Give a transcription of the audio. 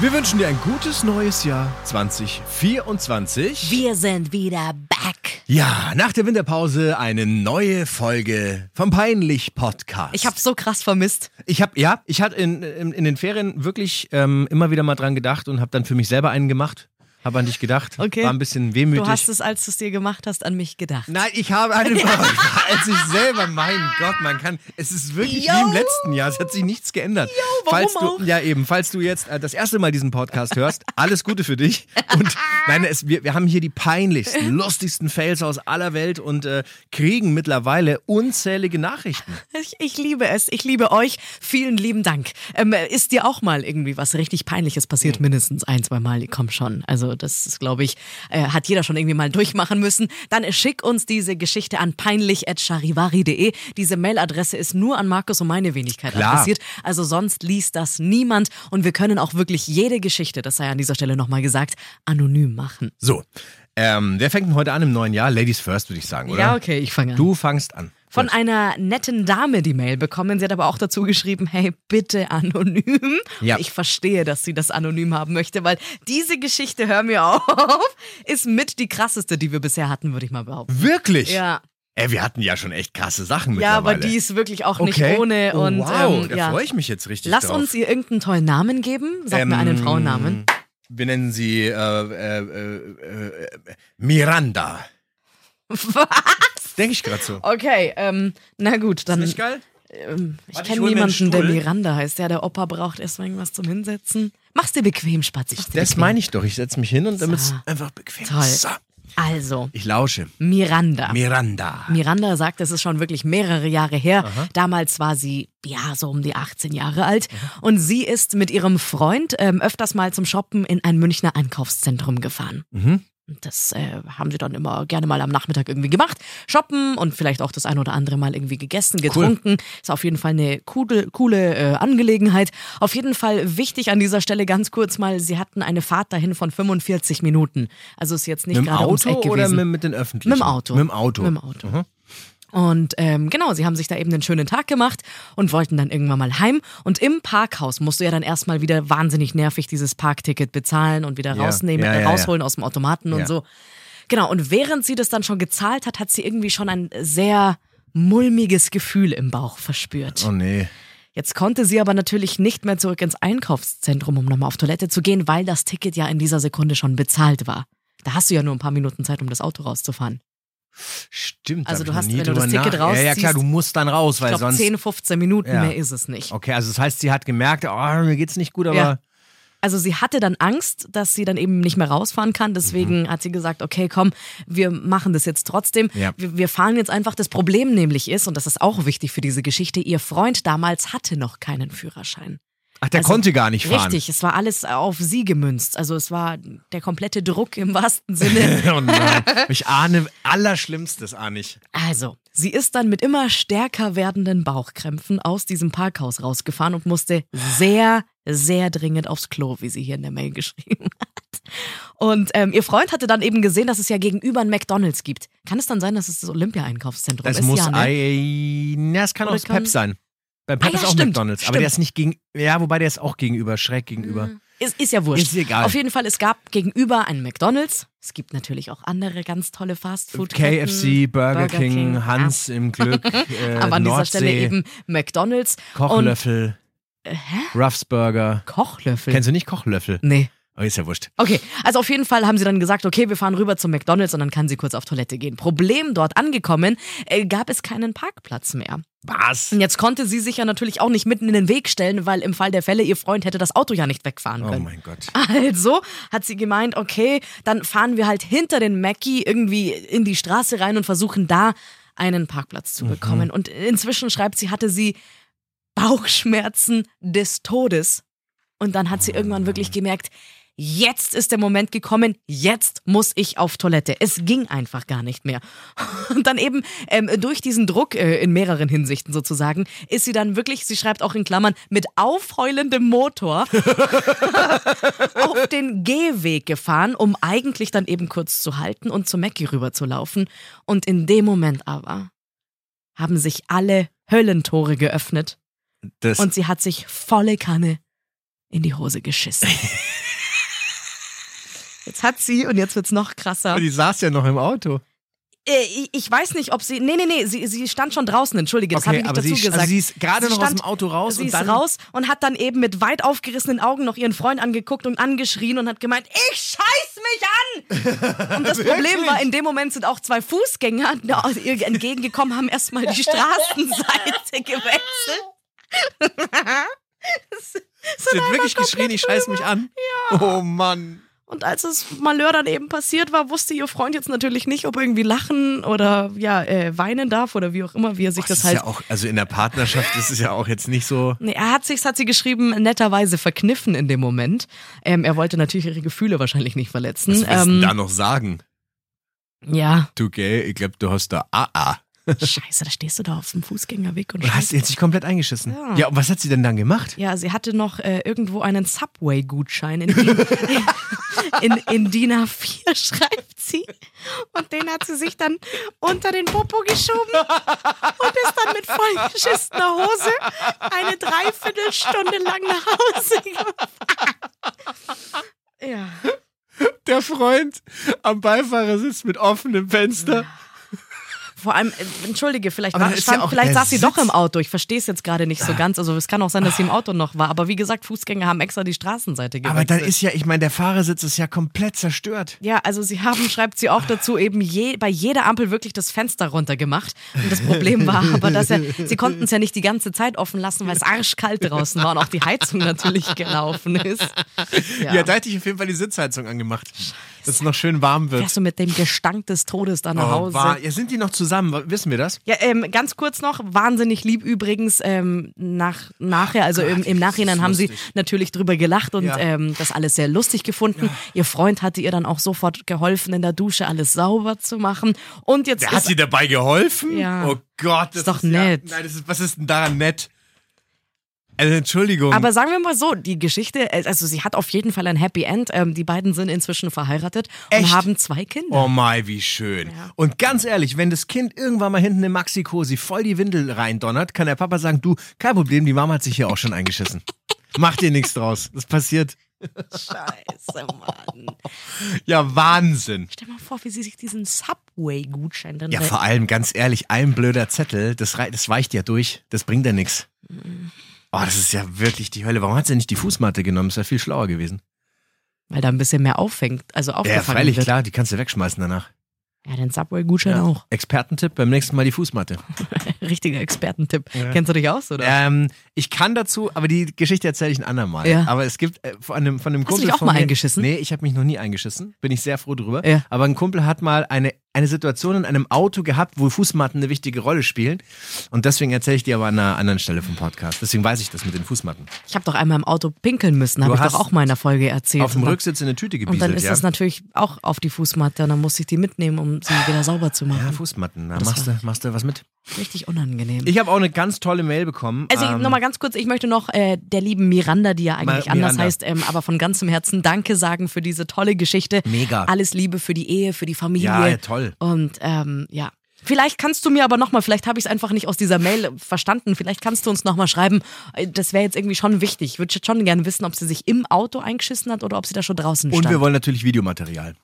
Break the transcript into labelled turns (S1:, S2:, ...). S1: Wir wünschen dir ein gutes neues Jahr 2024.
S2: Wir sind wieder back.
S1: ja, nach der Winterpause eine neue Folge vom Peinlich Podcast.
S2: Ich hab's so krass vermisst.
S1: ich hab, ja, ich hatte in, in, in den Ferien wirklich ähm, immer wieder mal dran gedacht und habe dann für mich selber einen gemacht. Habe an dich gedacht.
S2: Okay.
S1: War ein bisschen wehmütig.
S2: Du hast es, als du es dir gemacht hast, an mich gedacht.
S1: Nein, ich habe einen verrückt als ich selber. Mein Gott, man kann. Es ist wirklich
S2: Yo.
S1: wie im letzten Jahr. Es hat sich nichts geändert.
S2: warum
S1: falls du,
S2: auch?
S1: Ja, eben. Falls du jetzt äh, das erste Mal diesen Podcast hörst, alles Gute für dich. Und nein, es, wir, wir haben hier die peinlichsten, lustigsten Fails aus aller Welt und äh, kriegen mittlerweile unzählige Nachrichten.
S2: Ich, ich liebe es. Ich liebe euch. Vielen lieben Dank. Ähm, ist dir auch mal irgendwie was richtig Peinliches passiert? Mindestens ein, zwei Mal. Komm schon. Also das ist, glaube ich, äh, hat jeder schon irgendwie mal durchmachen müssen. Dann äh, schick uns diese Geschichte an peinlich.charivari.de. Diese Mailadresse ist nur an Markus und meine Wenigkeit
S1: Klar.
S2: adressiert. Also sonst liest das niemand. Und wir können auch wirklich jede Geschichte, das sei an dieser Stelle nochmal gesagt, anonym machen.
S1: So, ähm, wer fängt denn heute an im neuen Jahr? Ladies first, würde ich sagen, oder?
S2: Ja, okay, ich fange an.
S1: Du fangst an.
S2: von einer netten Dame die Mail bekommen. Sie hat aber auch dazu geschrieben, hey, bitte anonym.
S1: Ja.
S2: Und Ich verstehe, dass sie das anonym haben möchte, weil diese Geschichte, hör mir auf, ist mit die krasseste, die wir bisher hatten, würde ich mal behaupten.
S1: Wirklich?
S2: Ja.
S1: Ey, wir hatten ja schon echt krasse Sachen
S2: Ja,
S1: mittlerweile.
S2: aber die ist wirklich auch
S1: Okay. Oh,
S2: nicht ohne. Und,
S1: wow,
S2: ähm,
S1: da
S2: ja.
S1: freue ich mich jetzt richtig
S2: Lass
S1: drauf.
S2: uns ihr irgendeinen tollen Namen geben. Sag mir einen
S1: Ähm,
S2: Frauennamen.
S1: Wir nennen sie äh, äh, äh, äh, Miranda. Was? Denke ich gerade so.
S2: Okay, ähm, na gut, dann.
S1: Nicht geil?
S2: Ähm, ich
S1: Warte, ich
S2: kenne
S1: hol mir einen
S2: niemanden, der
S1: Stuhl.
S2: Miranda heißt. Ja, der Opa braucht erstmal irgendwas zum Hinsetzen. Mach's dir bequem, Spatz. mach's dir
S1: Das
S2: bequem.
S1: meine ich doch. Ich setze mich hin und damit es
S2: So.
S1: einfach bequem
S2: Toll.
S1: ist. So.
S2: Also,
S1: Ich lausche.
S2: Miranda.
S1: Miranda.
S2: Miranda sagt, es ist schon wirklich mehrere Jahre her. Damals war sie, ja, so um die 18 Jahre alt. Und sie ist mit ihrem Freund ähm, öfters mal zum Shoppen in ein Münchner Einkaufszentrum gefahren.
S1: Mhm.
S2: Und Das äh, haben sie dann immer gerne mal am Nachmittag irgendwie gemacht. Shoppen und vielleicht auch das ein oder andere Mal irgendwie gegessen, getrunken. Ist auf jeden Fall eine coole, coole äh, Angelegenheit. Auf jeden Fall wichtig an dieser Stelle ganz kurz mal, sie hatten eine Fahrt dahin von 45 Minuten. Also ist jetzt nicht
S1: Mit dem
S2: gerade ums
S1: Auto
S2: Eck gewesen.
S1: oder mit, mit den öffentlichen?
S2: Mit dem Auto.
S1: Mit dem Auto. Mhm.
S2: Mit dem Auto. Und ähm, genau, sie haben sich da eben einen schönen Tag gemacht und wollten dann irgendwann mal heim. Und im Parkhaus musst du ja dann erstmal wieder wahnsinnig nervig dieses Parkticket bezahlen und wieder
S1: Ja,
S2: rausnehmen,
S1: ja,
S2: äh,
S1: ja, ja.
S2: rausholen aus dem Automaten
S1: Ja.
S2: und so. Genau, und während sie das dann schon gezahlt hat, hat sie irgendwie schon ein sehr mulmiges Gefühl im Bauch verspürt.
S1: Oh nee.
S2: Jetzt konnte sie aber natürlich nicht mehr zurück ins Einkaufszentrum, um nochmal auf Toilette zu gehen, weil das Ticket ja in dieser Sekunde schon bezahlt war. Da hast du ja nur ein paar Minuten Zeit, um das Auto rauszufahren.
S1: Stimmt. da
S2: Also
S1: hab
S2: du
S1: ich noch
S2: hast,
S1: nie
S2: wenn du das
S1: drüber
S2: Ticket
S1: nach- Ja, ja,
S2: rausziehst-
S1: klar, du musst dann raus, weil
S2: Ich glaube,
S1: sonst.
S2: 10, 15 Minuten
S1: Ja.
S2: mehr ist es nicht.
S1: okay, also das heißt, sie hat gemerkt, oh, mir geht's nicht gut, aber.
S2: Ja. Also sie hatte dann Angst, dass sie dann eben nicht mehr rausfahren kann.
S1: Mhm.
S2: Deswegen hat sie gesagt, okay, komm, wir machen das jetzt trotzdem.
S1: Ja.
S2: Wir, wir fahren jetzt einfach. Das Problem nämlich ist, und das ist auch wichtig für diese Geschichte, ihr Freund damals hatte noch keinen Führerschein.
S1: Ach, der
S2: Also,
S1: konnte gar nicht fahren.
S2: Richtig, es war alles auf sie gemünzt. Also es war der komplette Druck im wahrsten Sinne.
S1: oh nein. Ich ahne Allerschlimmstes, ahne ich.
S2: Also, sie ist dann mit immer stärker werdenden Bauchkrämpfen aus diesem Parkhaus rausgefahren und musste sehr, sehr dringend aufs Klo, wie sie hier in der Mail geschrieben hat. Und ähm, ihr Freund hatte dann eben gesehen, dass es ja gegenüber ein McDonalds gibt. Kann es dann sein, dass es das Olympia-Einkaufszentrum
S1: Das
S2: ist?
S1: muss
S2: ja, ne?
S1: ein. Na, es kann
S2: Oder
S1: auch das
S2: kann-
S1: Pep sein. Bei Pep
S2: Ah ja,
S1: ist auch
S2: stimmt,
S1: McDonalds, aber
S2: stimmt.
S1: der ist nicht gegen. Ja, wobei der ist auch gegenüber, schräg gegenüber.
S2: Ist, ist ja wurscht.
S1: Ist egal.
S2: Auf jeden Fall, es gab gegenüber einen McDonalds. Es gibt natürlich auch andere ganz tolle fastfood
S1: KFC, Burger, King, Hans im Glück, äh,
S2: Aber an dieser
S1: Nordsee,
S2: Stelle eben Äh, McDonalds.
S1: Kochlöffel, Ruffs Burger.
S2: Und Kochlöffel.
S1: Kennst du nicht Kochlöffel?
S2: nee.
S1: Oh, ist ja wurscht.
S2: Okay, also auf jeden Fall haben sie dann gesagt, okay, wir fahren rüber zum McDonalds und dann kann sie kurz auf Toilette gehen. Problem dort angekommen, äh, gab es keinen Parkplatz mehr.
S1: Was?
S2: Und jetzt konnte sie sich ja natürlich auch nicht mitten in den Weg stellen, weil im Fall der Fälle ihr Freund hätte das Auto ja nicht wegfahren
S1: Oh
S2: können.
S1: mein Gott.
S2: Also hat sie gemeint, okay, dann fahren wir halt hinter den Mackie irgendwie in die Straße rein und versuchen da einen Parkplatz zu bekommen. Und inzwischen schreibt sie, hatte sie Bauchschmerzen des Todes. Und dann hat sie irgendwann wirklich gemerkt, jetzt ist der Moment gekommen, jetzt muss ich auf Toilette. Es ging einfach gar nicht mehr. Und dann eben ähm, durch diesen Druck äh, in mehreren Hinsichten sozusagen, ist sie dann wirklich, sie schreibt auch in Klammern, mit aufheulendem Motor auf den Gehweg gefahren, um eigentlich dann eben kurz zu halten und zu Mackie rüberzulaufen. Und in dem Moment aber haben sich alle Höllentore geöffnet
S1: Das,
S2: und sie hat sich volle Kanne in die Hose geschissen. Jetzt hat sie, und jetzt wird's noch krasser.
S1: die saß ja noch im Auto.
S2: Äh, ich- ich weiß nicht, ob sie. Nee, nee, nee, sie, sie stand schon draußen, entschuldige, das habe ich nicht
S1: aber
S2: dazu
S1: sie,
S2: gesagt.
S1: also sie ist gerade
S2: Sie
S1: noch aus
S2: stand-
S1: dem Auto raus
S2: Sie
S1: und
S2: ist
S1: dann
S2: raus und hat dann eben mit weit aufgerissenen Augen noch ihren Freund angeguckt und angeschrien und hat gemeint, ich scheiß mich an! Und das Problem war, in dem Moment sind auch zwei Fußgänger na, ihr entgegengekommen, haben erstmal die Straßenseite gewechselt.
S1: Sie hat wirklich geschrien, ich scheiß mich an. Oh Mann.
S2: Und als es Malheur dann eben passiert war, wusste ihr Freund jetzt natürlich nicht, ob er irgendwie lachen oder ja, äh, weinen darf oder wie auch immer, wie er sich
S1: Och,
S2: das, halt
S1: ja auch, also in der Partnerschaft ist es ja auch jetzt nicht so.
S2: Nee, er hat sich, hat sie geschrieben, netterweise verkniffen in dem Moment. Ähm, er wollte natürlich ihre Gefühle wahrscheinlich nicht verletzen. Ähm,
S1: Was willst du denn da noch sagen?
S2: ja,
S1: Du, gell, ich glaube, du hast da ah, AA.
S2: scheiße, da stehst du da auf dem Fußgängerweg und
S1: Du hast
S2: scheiße.
S1: jetzt dich komplett eingeschissen.
S2: Ja.
S1: und was hat sie denn dann gemacht?
S2: Ja, sie hatte noch äh, irgendwo einen Subway-Gutschein in, DIN- in, in DIN A4, schreibt sie. Und den hat sie sich dann unter den Popo geschoben und ist dann mit vollgeschissener Hose eine Dreiviertelstunde lang nach Hause gefahren. Ja.
S1: Der Freund am Beifahrersitz mit offenem Fenster.
S2: Vor allem, äh, entschuldige, vielleicht,
S1: Aber
S2: war,
S1: das ist
S2: stand,
S1: ja auch
S2: vielleicht
S1: der
S2: saß sie
S1: Sitz.
S2: doch im Auto. Ich verstehe es jetzt gerade nicht so ganz. Also es kann auch sein, dass sie im Auto noch war. Aber wie gesagt, Fußgänger haben extra die Straßenseite gewechselt.
S1: Aber dann ist ja, ich meine, der Fahrersitz ist ja komplett zerstört.
S2: ja, also sie haben, schreibt sie auch dazu, eben je, bei jeder Ampel wirklich das Fenster runtergemacht. Und das Problem war aber, dass er, sie konnten es ja nicht die ganze Zeit offen lassen, weil es arschkalt draußen war und auch die Heizung natürlich gelaufen ist.
S1: Ja, da hätte ich auf jeden Fall die Sitzheizung angemacht. Dass es noch schön warm wird.
S2: Fährst du mit dem Gestank des Todes da nach
S1: Oh,
S2: Hause?
S1: war, ja, sind die noch zusammen? W- Wissen wir das?
S2: Ja, ähm, ganz kurz noch, wahnsinnig lieb übrigens, ähm, nach, nachher, also im, im Nachhinein haben sie natürlich drüber gelacht und
S1: Ja.
S2: ähm, das alles sehr lustig gefunden. Ihr Freund hatte ihr dann auch sofort geholfen, in der Dusche alles sauber zu machen. Und jetzt
S1: Hat
S2: ist,
S1: sie dabei geholfen?
S2: Ja.
S1: Oh Gott, das
S2: Ist doch nett.
S1: Ja, nein, das ist, was ist denn daran nett? Also, Entschuldigung.
S2: aber sagen wir mal so, die Geschichte, äh, also sie hat auf jeden Fall ein Happy End. Ähm, die beiden sind inzwischen verheiratet
S1: Echt?
S2: und haben zwei Kinder.
S1: Oh my, wie schön. Und ganz ehrlich, wenn das Kind irgendwann mal hinten im Maxi-Cosi voll die Windel reindonnert, kann der Papa sagen, du, kein Problem, die Mama hat sich hier auch schon eingeschissen. Mach dir nichts draus. Das passiert.
S2: Scheiße, Mann.
S1: Ja, Wahnsinn.
S2: Stell mal vor, wie sie sich diesen Subway-Gutschein dann
S1: Ja,
S2: bei-
S1: vor allem, ganz ehrlich, ein blöder Zettel, das, rei- das weicht ja durch. Das bringt ja nichts.
S2: Mhm.
S1: Oh, das ist ja wirklich die Hölle. Warum hat sie nicht die Fußmatte genommen? Das wäre viel schlauer gewesen.
S2: weil da ein bisschen mehr auffängt, also
S1: Ja,
S2: aufgefangen
S1: freilich,
S2: wird. Genau.
S1: klar, die kannst du wegschmeißen danach.
S2: Ja, den Subway-Gutschein auch.
S1: Expertentipp, beim nächsten Mal die Fußmatte.
S2: Richtiger Expertentipp. Kennst du dich aus, oder?
S1: Ähm, ich kann dazu, aber die Geschichte erzähle ich ein andermal.
S2: Ja.
S1: Aber es gibt äh, von einem, von einem
S2: Hast du
S1: Kumpel.
S2: dich auch
S1: von
S2: mal
S1: mir,
S2: eingeschissen?
S1: Nee, ich habe mich noch nie eingeschissen. Bin ich sehr froh drüber.
S2: Ja.
S1: Aber ein Kumpel hat mal eine, eine Situation in einem Auto gehabt, wo Fußmatten eine wichtige Rolle spielen. Und deswegen erzähle ich dir aber an einer anderen Stelle vom Podcast. Deswegen weiß ich das mit den Fußmatten.
S2: Ich habe doch einmal im Auto pinkeln müssen,
S1: Du
S2: habe ich
S1: hast
S2: doch auch mal in der Folge erzählt.
S1: Auf dem
S2: Und dann-
S1: Rücksitz in eine Tüte
S2: Und
S1: gebieselt,
S2: dann ist
S1: ja.
S2: das natürlich auch auf die Fußmatte und dann musste ich die mitnehmen, um sie wieder sauber zu
S1: ja,
S2: machen.
S1: Fußmatten. Da
S2: Das
S1: machst du, machst du was mit.
S2: Richtig unangenehm.
S1: Ich habe auch eine ganz tolle Mail bekommen.
S2: also
S1: ähm,
S2: nochmal ganz kurz, ich möchte noch äh, der lieben Miranda, die ja eigentlich
S1: Ma-
S2: anders
S1: Miranda.
S2: heißt, ähm, aber von ganzem Herzen Danke sagen für diese tolle Geschichte.
S1: Mega.
S2: Alles Liebe für die Ehe, für die Familie.
S1: Ja, ja, toll.
S2: Und ähm, ja. Vielleicht kannst du mir aber nochmal, vielleicht habe ich es einfach nicht aus dieser Mail verstanden, vielleicht kannst du uns nochmal schreiben, äh, das wäre jetzt irgendwie schon wichtig. Ich würde jetzt schon gerne wissen, ob sie sich im Auto eingeschissen hat oder ob sie da schon draußen stand.
S1: Und wir wollen natürlich Videomaterial.